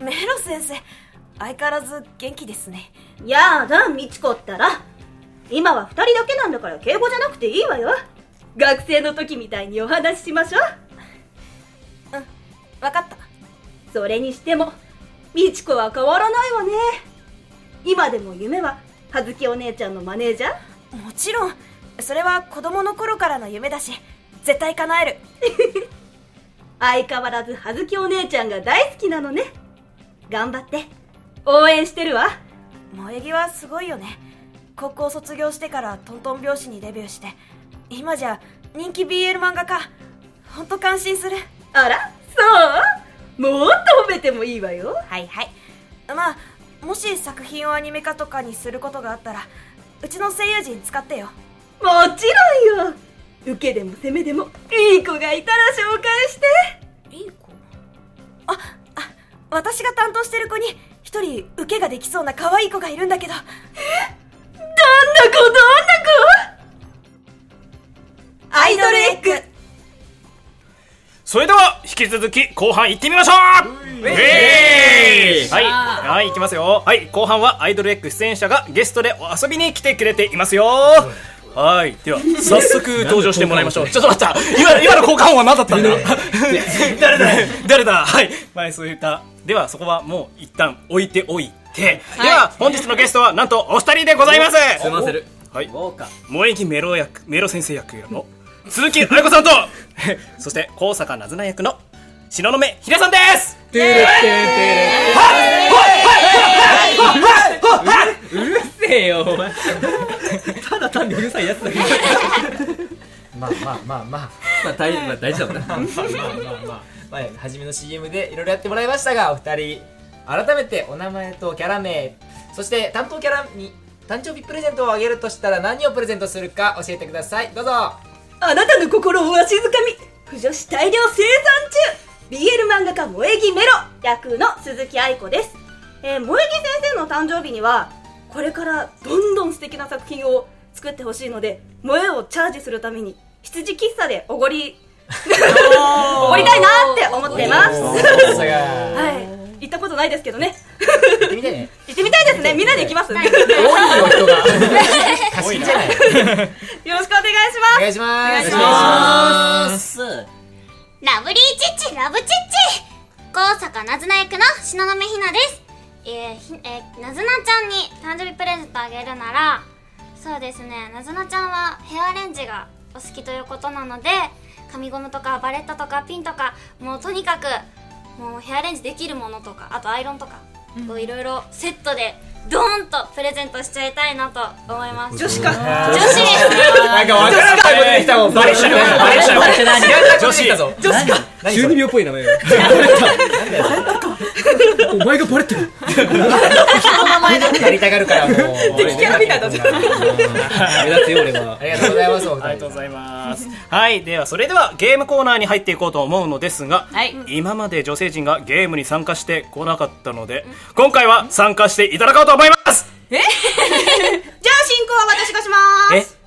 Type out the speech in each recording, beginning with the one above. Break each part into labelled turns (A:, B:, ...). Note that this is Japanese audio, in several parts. A: メロ先生相変わらず元気ですね
B: やだみちこったら今は2人だけなんだから敬語じゃなくていいわよ学生の時みたいにお話ししましょう
A: うん分かった
B: それにしてもみちこは変わらないわね今でも夢は葉月お姉ちゃんのマネージャー
A: もちろんそれは子供の頃からの夢だし絶対叶える
B: 相変わらず葉月お姉ちゃんが大好きなのね頑張って応援してるわ
A: 萌え木はすごいよね高校卒業してからトントン拍子にデビューして今じゃ人気 BL 漫画家ほんと感心する
B: あらそうもっと褒めてもいいわよ
A: はいはいまあもし作品をアニメ化とかにすることがあったらうちの声優陣使ってよ
B: もちろんよ受けでも攻めでもいい子がいたら紹介して
A: いい子ああ私が担当してる子に一人受けができそうな可愛い子がいるんだけど
B: どんな子どんな
A: 子アイドルエッグ
C: それでは引き続き後半行ってみましょうはいはい行きますよはい後半はアイドルエッグ出演者がゲストで遊びに来てくれていますよはいでは早速登場してもらいましょ うちょっと待った今今の交換音は何だったんだ誰だ誰だはいまあそういったではそこはもう一旦置いておいて、では本日のゲストはなんとお二人でございます
D: すいませる
C: はい萌木メロ役メロ先生役の鈴木愛子さんと そして高坂なずな役の篠ノ目ひらさんです
D: てれてれてれうるせえよお前ただ単にうるさいやつだけど
E: まあまあまあまあ
D: まあ大まあ大事だもんな
E: まあまあまあまあ、まあ、初めの CM でいろいろやってもらいましたがお二人改めてお名前とキャラ名そして担当キャラに誕生日プレゼントをあげるとしたら何をプレゼントするか教えてくださいどうぞ
B: あなたの心をわしづかみ不女子大量生産中 BL 漫画家萌木メロ役の鈴木愛子です、えー、萌木先生の誕生日にはこれからどんどん素敵な作品を作ってほしいので萌えをチャージするために羊喫茶でおごり おごりたいなって思ってます
E: さすが
B: はい行ったことないですけどね
E: 行ってみてね
B: 行ってみたいですねみんなで行きます、 よろしく
E: 多いよ人が貸し切りじゃない
B: お願いし
E: お
B: ま
E: 願いします
B: お願
E: ます
F: ラブリーチッチラブチッチ高坂なずな役の篠ノ目ひなですえーひえーなずなちゃんに誕生日プレゼントあげるならそうですねなずなちゃんはヘアアレンジがお好きということなので髪ゴムとかバレットとかピンとかもうとにかくもうヘアアレンジできるものとかあとアイロンとかこういろいろセットでドーンとプレゼントしちゃいたいなと思います
B: す女子か
F: 女子ですね
E: なんかわからないことできたもん
C: バレちゃうバレちゃう
E: 女子だぞ
D: 女子か
E: 何それ
D: 12秒っぽい名前がお前がバレてる
E: やりたがるからもう
B: 敵キャラみたいだぞ
D: 目立つよ俺は
E: ありがとうございますお二人
C: ありがとうございます。はい、ではそれではゲームコーナーに入っていこうと思うのですが、
G: はい
C: 今まで女性陣がゲームに参加してこなかったので、今回は参加していただこうと思います
B: じゃあ進行は私がします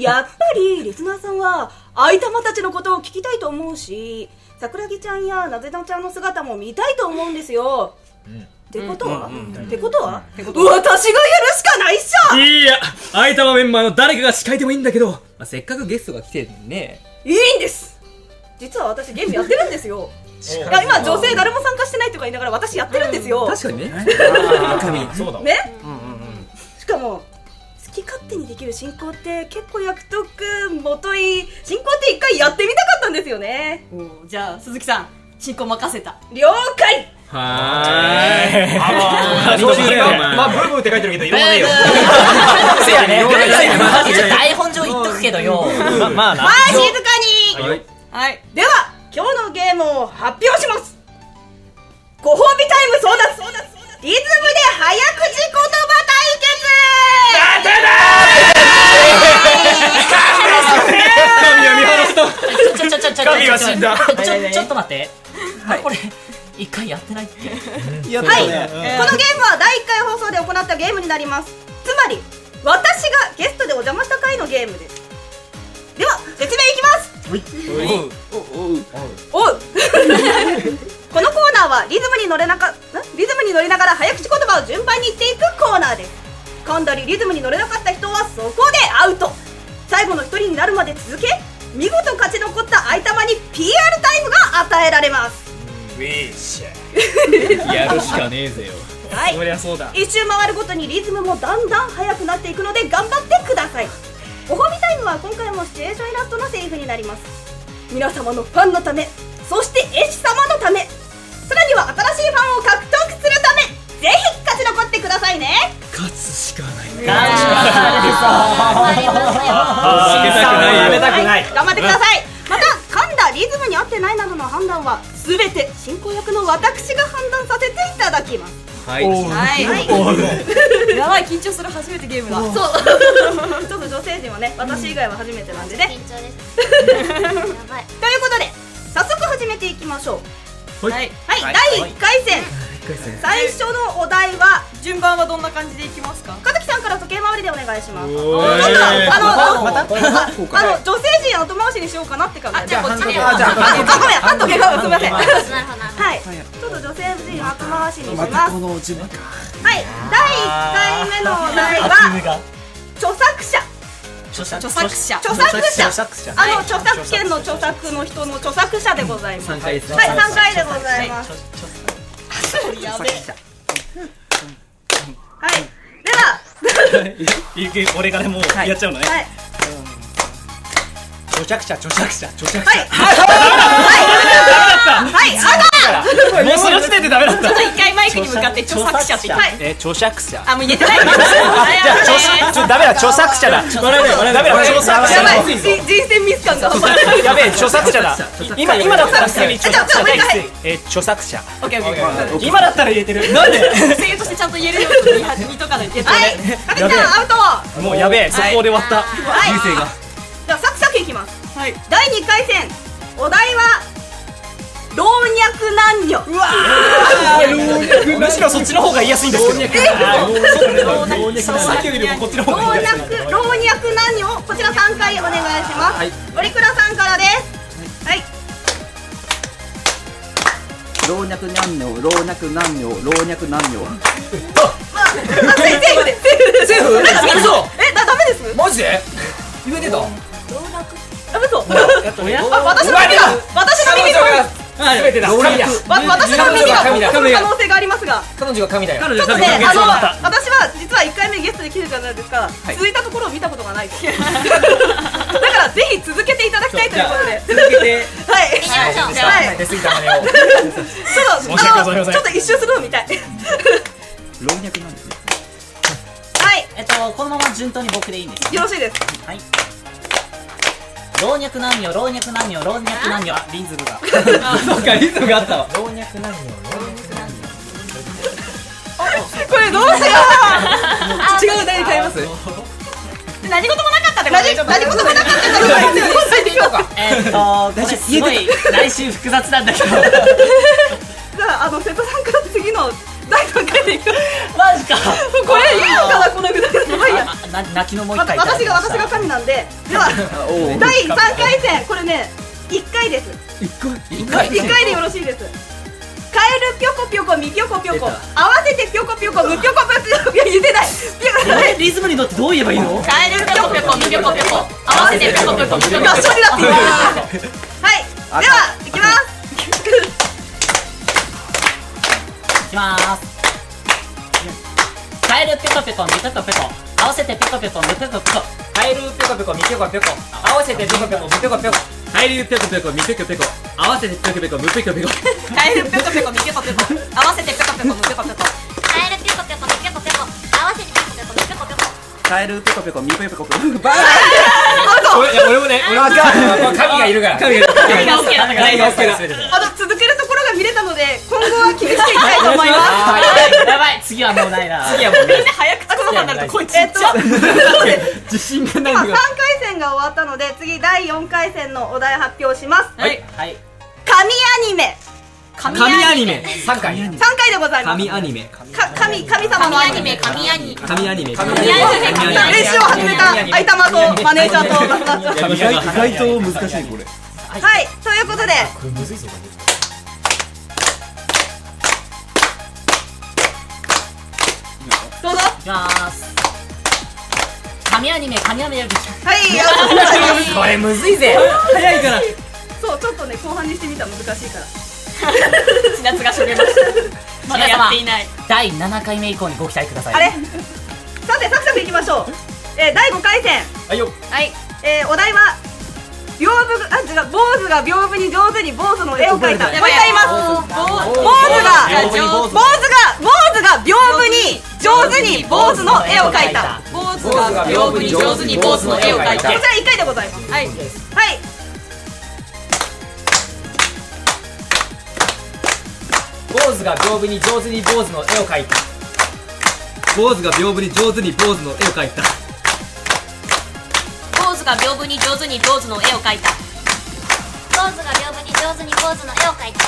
B: やっぱりリスナーさんは愛玉たちのことを聞きたいと思うし桜木ちゃんやなぜなちゃんの姿も見たいと思うんですよ、ってことは、ってことは、私がやるしかないっしょ
D: いや相玉メンバーの誰かが司会でもいいんだけど、まあ、せっかくゲストが来てるのにね
B: いいんです実は私ゲームやってるんですよいや今女性誰も参加してないとか言いながら私やってるんですよ、
D: 確かにね神
C: そうだ
B: ね、しかも好き勝手にできる進行って結構役得もとい進行って一回やってみたかったんですよね
G: おじゃあ鈴木さん進行任せた
B: 了解
D: はーい
C: あ
D: そうだよお前
E: まあブルブルって書いてるけど色もねえよ
H: せやね。
E: 色がないよ
H: まあ一応台本上言っとくけどよ。
C: まあまあな。
B: はい静かに
D: はい
G: はい
B: では今日のゲームを発表しますご褒美タイム争奪リズムで早口言葉対決
H: ちょちょちょちょちょ
C: 神は死んだ
H: ちょちょっと待って。あこれ一回やってないっけ？
B: はい、このゲームは第1回放送で行ったゲームになりますつまり私がゲストでお邪魔した回のゲームですでは説明いきます おうこのコーナーはリズムに乗れなかっを順番に言っていくコーナーです噛んだりリズムに乗れなかった人はそこでアウト最後の一人になるまで続け見事勝ち残った相玉に PR タイムが与えられます
C: ウィッシュ
D: やるしかねえぜよ
B: はい
C: そりゃそうだ
B: 一周回るごとにリズムもだんだん速くなっていくので頑張ってくださいご褒美タイムは今回もシチュエーションイラストのセリフになります皆様のファンのためそして絵師様のためさらには新しいファンを獲得するためぜひ勝ち残ってくださいね
D: 勝つしかない負け
E: や
D: た
E: め
D: くないよ
E: たくない
B: はい、頑張ってください、また噛んだリズムに合ってないなどの判断は全て進行役の私が判断させていただきます
D: はい
B: はい、
G: やばい緊張する初めてゲームだ
B: そう ちょっと女性陣はね私以外は初めてなんでね、
F: 緊張です。
B: と
F: やばい。
B: いうことで早速始めていきましょう
G: はい
B: はい、第1回戦、最初のお題は
G: 順番はどんな感じでいきますか
B: かずきさんから時計回りでお願いしますちょっと
C: おー
B: あの
E: また
B: あの女性陣後回しにしようかなって感じ
G: じゃあこっちで
E: あじゃあ
B: あごめん半時計回りすみませんは
F: なるほどなるほ
B: いちょっと女性陣後回しにします
D: この自分か
B: はい、第1回目のお題は著作者
G: 著作者
B: 著作者
E: 者
B: あの著作権の著作の人の著作者でございますは
D: 三回ですね
B: い、3回でございます
G: やべ
B: はい、では、
C: いけ俺からもうやっちゃうのね
B: はい、
E: 著作者著作者著作者
B: はい、はい、はい、あが
C: もうその時点でダメだった
G: ちょっと一回マイクに向かって著作者って言っ
B: は
G: て
B: い、
C: え著作者
G: あ、もう言えてないです
C: じゃあ著作ちょ ダメだ著作者だ笑えないダメだ著作
B: やば
C: 者だ
B: い、人選ミス感が
C: やべえ著作者だ今今だったら普通に著作
B: ち
C: 者
B: ょちょ
C: え著作者
G: オッケーオッケー
C: 今だったら言えてるなんで
G: 声優としてちゃんと言えるように言い始めとかないと
B: はい、かけちゃんアウト
C: もうやべえ速攻で終わった
B: はい、じゃあサクサクいきます
G: はい
B: 第2回戦、お題は老若男女うわ
C: むしろそっちの方が言いやすいんですけど
D: さっきよりもこっちの方
B: 老
D: が
B: 若
D: いい
B: 老若男女をこちら3回お願いします、
E: はい
B: 森倉さんからですはい、
I: 老若男女老若男女老若男女
B: まあ、あセーフです
E: セーフ嘘
B: え、だ、ダメです
E: マジで言えてた
B: あ、嘘
E: 親
B: あ、私の耳が私の耳が
E: 全てだ神だ
B: わ私の耳が
E: 神だ
B: その可能性がありますが
E: 彼女が神だよ
B: ちょっとね、あの私は実は1回目ゲストに来てるじゃないですか、続いたところを見たことがないですだからぜひ続けていただきたいということで
D: 続けて
B: はい
F: きましょう
B: はい、ちょ
E: 出過ぎた真似を
B: っ
C: 申し訳ご
B: とあ
C: ざいま
B: の
C: せん
B: ちょっと一周するのみたい
I: 老若男女
B: はい、
H: えっと、このまま順当に僕でいいんです。
B: よろしいです
H: はい。老若男女、老若男女、老若男女。あ、リズムが。
D: そうかリズムがあったわ
E: 老若男女老若男女
B: これどうしよ
G: 違う題変えます何事もなかったって
B: う
G: こと
B: 何
G: で
B: 事もなかったから今回でいこうか
H: えっと、これすごい、来週複雑なんだ けど。
B: じゃあ、あの瀬戸さんから次の第3回でいく
H: マジか。
B: これ言うのかな、このぐらいのまあいいや
H: あな泣きのもう一
B: また
H: 回いただ
B: 私
H: き
B: が
H: ました。
B: 私が神なんででは第3回戦これね1回です
E: 一回
B: 1回でよろしいですカエルぴょこぴょこみぴょこぴょこ合わせてぴょこぴょこむぴょこぷぴょこいや言ってないぴょこ
H: えリズムに乗ってどう言えばいいの
G: カエルぴょこぴょこみぴょこぴょこ合わせてぴょこぴょこみぴょこ
B: 合唱になっていますはいではいきます
H: いきまーすカエルペコペコミペコペコ合わせてペコペコミペコペコ
E: カエルペコペコミペコペコ合わせてペコペコミペコペコ
D: 入りペコペコみペコペコ合わせてペコペコむペコペコ
G: カエルぴょこぴょこみぴょこぴょこ合わせてぴょこぴょこむぴょこぴょ
F: ど。
G: こ
F: カエルピコピコピコピコ。合わせてピコピコピコピコ。
I: カエルペコペコミペコペコバ
E: 俺いや俺もね俺は神神がいるから神が
G: 何が OK なんだから
E: 神が OK だ
B: あの続けるところが見れたので今後は決めしていきたい と思います
H: あーやばいやばい次はもうないな
E: 次はもうね
G: 早口言葉になるとこいつ
B: えっと、
D: 自信がない
B: 今
D: の
B: 3
D: が
B: 回戦が終わったので次第4回戦のお題発表します
G: はい
H: はい
B: 神アニメ
G: 神
D: 神アニメ
E: 三回
B: 3回でございます
D: 神アニメ
B: か神神様の
F: 神
B: ア
F: ア
B: ニ
F: ニ
B: メ
F: メ、神アニメ。
D: 神アニメ神
F: 神アニメ
B: さ
F: 神
B: あ練習を始めた相玉とマネージャーと松田さん
D: アニメ
I: 意外と難しいこれ
B: はいということで
E: これむずいぞ
B: 神
G: どうぞ
H: いきます神アニメ神アニメより
G: はい
E: これむずいぜ
D: 早いから
B: そうちょっとね後半にしてみたら 難しいから
G: 千夏がしょげましたまだやっていない
H: 第7回目以降にご期待ください
B: あれさてサクサクいきましょう、えー第5回戦
E: はいよ
G: はい
B: えーお題は屏風あ違う坊主が屏風に上手に坊主の絵を描いたもう一回言います
G: ま
B: 坊主
G: す
B: が
G: 坊主が
B: 坊主が坊主が屏風に上手に坊主の絵を描いた
G: 坊主が屏風に上手に坊主の絵を描い
B: こちら
G: て
B: 1回でございます
G: はい
B: はい
E: 坊主が屏風に上手に坊主の絵を描いた
D: 坊主が屏風に上手に坊主の絵を描いた
G: 坊主が屏風に上手に坊主の絵を描いた
F: 坊主が屏風に上手に坊主の絵を描いた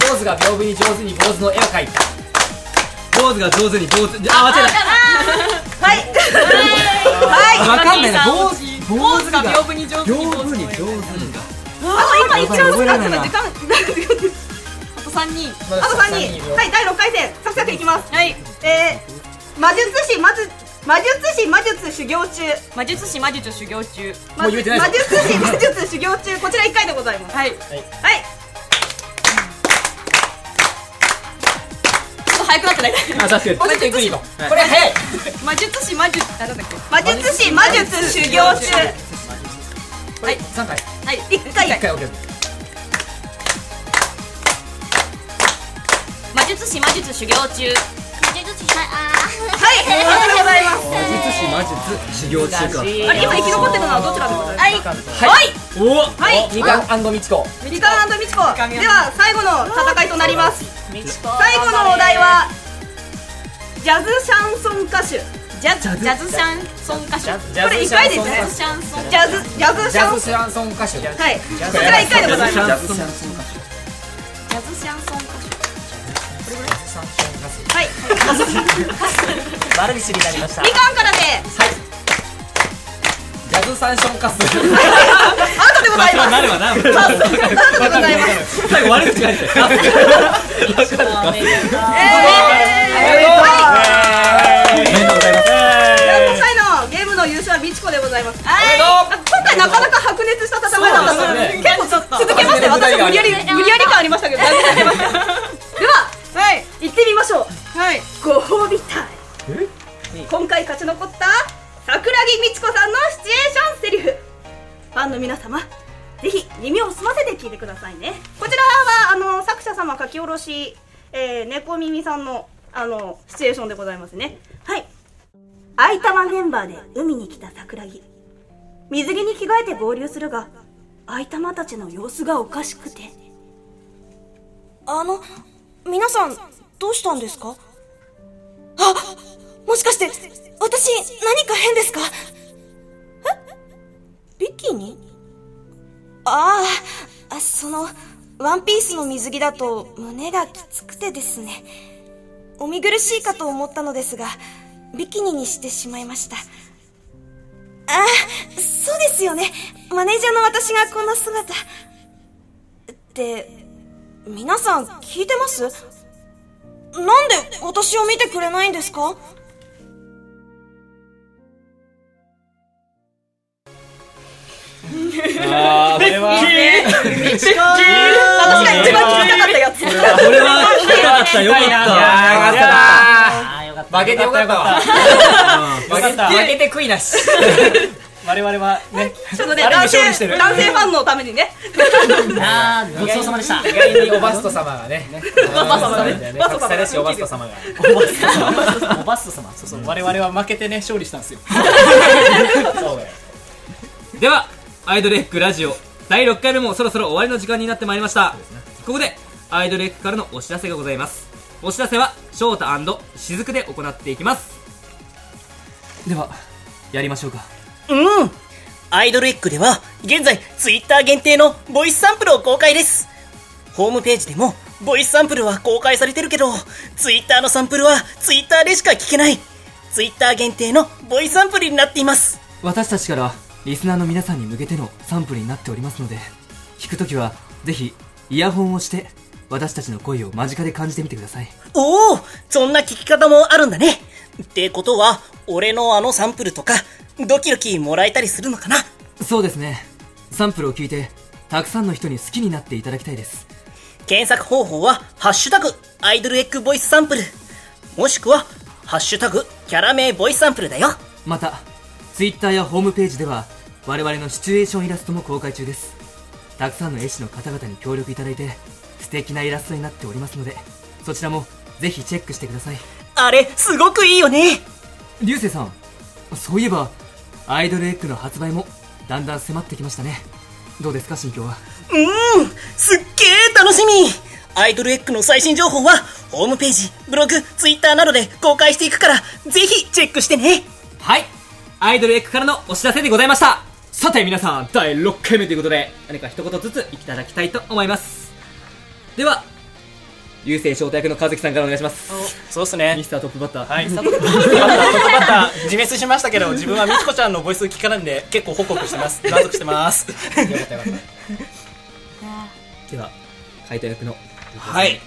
E: 坊主が屏風に上手に坊主の絵を描いた
D: 坊主が上手に坊主にあ間違え
B: はいはい
D: たわかんないな坊主
G: 坊主が屏風に上手に
D: 屏
G: 坊主
D: 風
G: の絵
D: に上
G: を描い
B: あと今一応
D: 手にだ
G: た
B: 少なく
D: 覚えられない
B: な
D: な
B: 時間
G: あと3人
E: まだ
B: あと3人
E: 3秒
B: はい第6回戦サクサクいきます
G: はい
B: えー魔術師魔術魔術師魔術修行中
G: 魔術師魔術修行中
B: 魔術魔術師魔術修行中こちら1回でございます
G: はいちょ
B: はい
G: っと早くなってない
D: あ確かに
E: もうちょっとゆっくりいこうこれ早い
G: 魔術師魔術あなんだっけ
B: 魔術師魔術修行中
E: はい3回1
G: はい
B: 1回
E: 回 OK
G: 魔術師魔術修行中
F: 魔術師まあー
B: はいありがとうございます
D: 魔術師魔術修行中か
B: あれ今生き残ってるのはどちらでございます
G: はい
E: はい
B: は
D: お
B: い
E: みかんみちこ
B: ミカンミチコ
G: カン
B: では最後の戦いとなります
G: みちこ
B: 最後のお題はジャズシャンソン歌手
G: ジャズジャズシャンソン歌手ジャ
E: ジャ
B: これ
E: ズ
B: 一
E: シャ
B: 回
E: ン
B: です
E: ソン
B: ね
E: 歌
G: ズシャンソン
B: ジャズジャズ
E: 手ジ
B: シャ
E: ャ
B: ン
E: ズシャンソン歌手
B: はいこちら1回でございます
D: ジャズシャンソン歌手
G: ジャズシャンソン歌手
B: はい
H: 悪口になりました
B: みかんからで
E: ジャズシャンソン歌手
B: アウトでございます
D: なるわな
B: アウトでございます
D: 最後悪口が入ってる
B: えーはい
D: おめでとうございます
B: 今回のゲームの優勝はみちこでございます
G: はい
B: 今回なかなか白熱した戦いだったので
E: そう
B: 結構
G: ちょっと
B: 続けましたよ私無理やり無理やり感ありましたけど大丈夫では
G: はい
B: 行ってみましょう
G: はい
B: ご褒美タイム今回勝ち残った桜木美智子さんのシチュエーションセリフファンの皆様ぜひ耳を澄ませて聞いてくださいねこちらはあの作者様書き下ろし、えー、猫耳さんのあのシチュエーションでございますねはい愛玉メンバーで海に来た桜木水着に着替えて合流するが愛玉たちの様子がおかしくて
A: あの、皆さん、どうしたんですかあもしかして、私、何か変ですかえビキニああ、その、ワンピースの水着だと胸がきつくてですね。お見苦しいかと思ったのですが、ビキニにしてしまいました。ああ、そうですよね。マネージャーの私がこんな姿。って、皆さん聞いてますなんで私を見てくれないんですか
D: あーこれは
B: 私が一番聞きたかったやつ
D: これは聞きたかったよかっ
E: いやー
D: た
E: よか
H: あーよかっ
E: ったな負けてよかったわ負け負けて悔いなし
C: 我々はね
B: ちょっとね、
E: あれに
B: 男性
E: 勝利してる
B: 男性ファンのためにね、
H: たあーごちそうさまでした
E: 意外におバスト様がねお
B: バスト様ね
E: 隠されしおバスト様が
H: おばっす様そうそう
C: 我々は負けてね勝利したんですよ
E: そうだよ
D: ではアイドルエッグラジオ第6回目もそろそろ終わりの時間になってまいりましたここでアイドルエッグからのお知らせがございますお知らせは翔太雫で行っていきますではやりましょうか
J: うんアイドルエッグでは現在ツイッター限定のボイスサンプルを公開ですホームページでもボイスサンプルは公開されてるけどツイッターのサンプルはツイッターでしか聞けないツイッター限定のボイスサンプルになっています
D: 私たちからリスナーの皆さんに向けてのサンプルになっておりますので聞くときはぜひイヤホンをして私たちの恋を間近で感じてみてください
J: おおそんな聞き方もあるんだねってことは俺のあのサンプルとかドキドキもらえたりするのかな
D: そうですねサンプルを聞いてたくさんの人に好きになっていただきたいです
J: 検索方法は「ハッシュタグアイドルエッグボイスサンプル」もしくは「ハッシュタグキャラ名ボイスサンプル」だよ
D: また Twitter やホームページでは我々のシチュエーションイラストも公開中ですたくさんの絵師の方々に協力いただいて素敵なイラストになっておりますのでそちらもぜひチェックしてください
J: あれすごくいいよね
D: 流星さんそういえばアイドルエッグの発売もだんだん迫ってきましたねどうですか心境は
J: うーんすっげえ楽しみアイドルエッグの最新情報はホームページブログツイッターなどで公開していくからぜひチェックしてね
D: はいアイドルエッグからのお知らせでございましたさて皆さん第6回目ということで何か一言ずついただきたいと思いますでは流星翔太役の川崎さんからお願いします
C: そうですね
D: ミスタートップバッター
C: はいトップバッター自滅しましたけど自分はみちこちゃんのボイス聞かないんで結構報告してます満足してます
D: では海斗役の
I: はい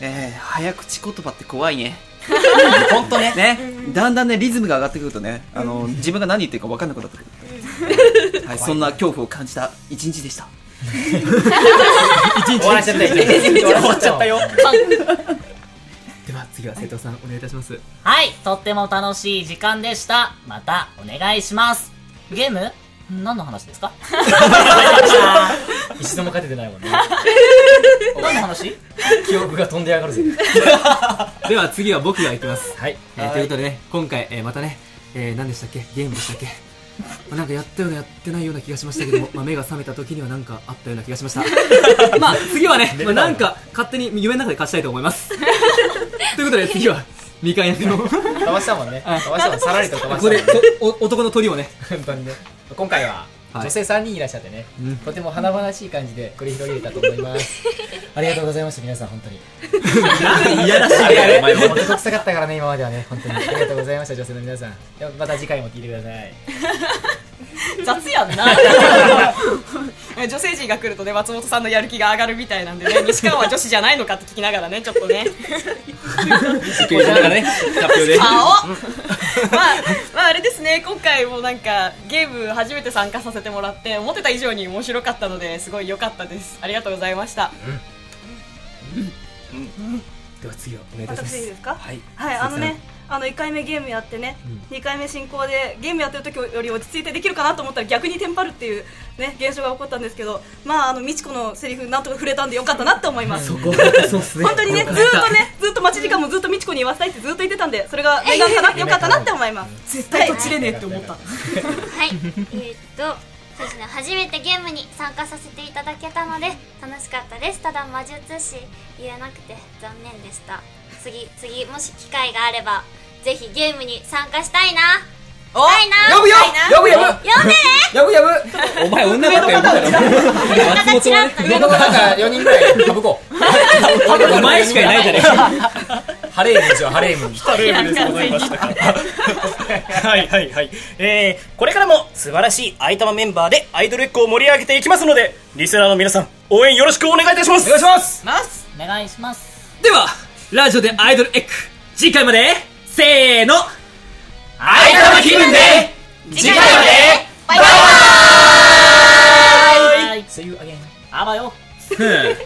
I: えー、早口言葉って怖いね
J: 本当ね
I: ねだんだんねリズムが上がってくるとねあの自分が何言ってるか分かんなくなってく る、はい、そんな恐怖を感じた一日でした
E: 終わらせちゃったよ終わらせちゃったよ
D: では次は瀬戸さんお願いいたします
H: はい、とっても楽しい時間でした。またお願いします。ゲーム何の話です か
E: 一度も勝てて ないもんね
H: 何の話
E: 記憶が飛んでやがるぜ
D: では次は僕が行きます、
E: はい
D: えーということでね今回、えーまたね、えー何でしたっけゲームでしたっけ まあなんかやったようなやってないような気がしましたけ ども、まあ、目が覚めた時にはなんかあったような気がしました まあ次はね、まあ、なんか勝手に夢の中で勝ちたいと思います ということで次はみかん 役のこ
E: かわしたもんねかわしたもんさらりとかわし
D: こで
E: たもんね
D: おお男の鳥 をね
E: 本当にね今回は
D: はい
E: 女性3人いらっしゃってね、
D: うん
E: とても華々しい感じで繰り広げれたと思います ありがとうございました皆さん本当に
D: いやらしい
E: あ
D: ね
E: れあれ男臭かったからね今まではね本当にありがとうございました女性の皆さんではまた次回も聞いてください
G: 雑やんな 女性陣が来るとね松本さんのやる気が上がるみたいなん でね西川は女子じゃないのかって聞きながらねちょっとね
D: こういうのがね発表 で
G: 顔まあ、 まあ、あれですね今回もなんかゲーム初めて参加させてもらって思ってた以上に面白かったのですごい良かったですありがとうございました
D: では次はお願いいたしま
B: 私いい
D: す
B: ですか
D: はい
B: はい、あの
D: 鈴木
B: ね、あの1回目ゲームやってね、2回目進行で、ゲームやってる時より落ち着いてできるかなと思ったら逆にテンパるっていうね、現象が起こったんですけど、まあ、あの、みちこのセリフなんとか触れたんでよかったなって思います。本
D: さんそうっ すね
B: 当にね、ずっとね、ずっと待ち時間もずっとみちこに言わせたいってずっと言ってたんで、それが念願かなってよかったなって思います。
G: 絶対とちれねえって思った
F: はい、えーっと、そうですね、初めてゲームに参加させていただけたので、楽しかったです。ただ魔術師言えなくて残念でした。次、次、もし機会があれば、ぜひゲームに参加したいな。したいな。
E: 呼ぶよ呼ぶ呼ぶ
F: 読んでね
E: 呼ぶ呼
D: お前女ば
E: ぶ
D: っかりだ ろ松本はね
E: 上のなんか4人ぐらいかぶこう
D: お前しかいないじゃねえか
E: ハレームですよハレーム
C: ハレームですございましたかはいはいはい、えー、これからも素晴らしいアイタマメンバーでアイドルエッグを盛り上げていきますのでリスナーの皆さん応援よろしくお願いいたしますお願いします
G: ます
H: お願いします。
D: ではラジオでアイドルエッグ次回までせーの
H: アイドル気分で
G: 次回まで
H: バイバイ
E: 声優あげん
H: あばよ。
D: Hmm.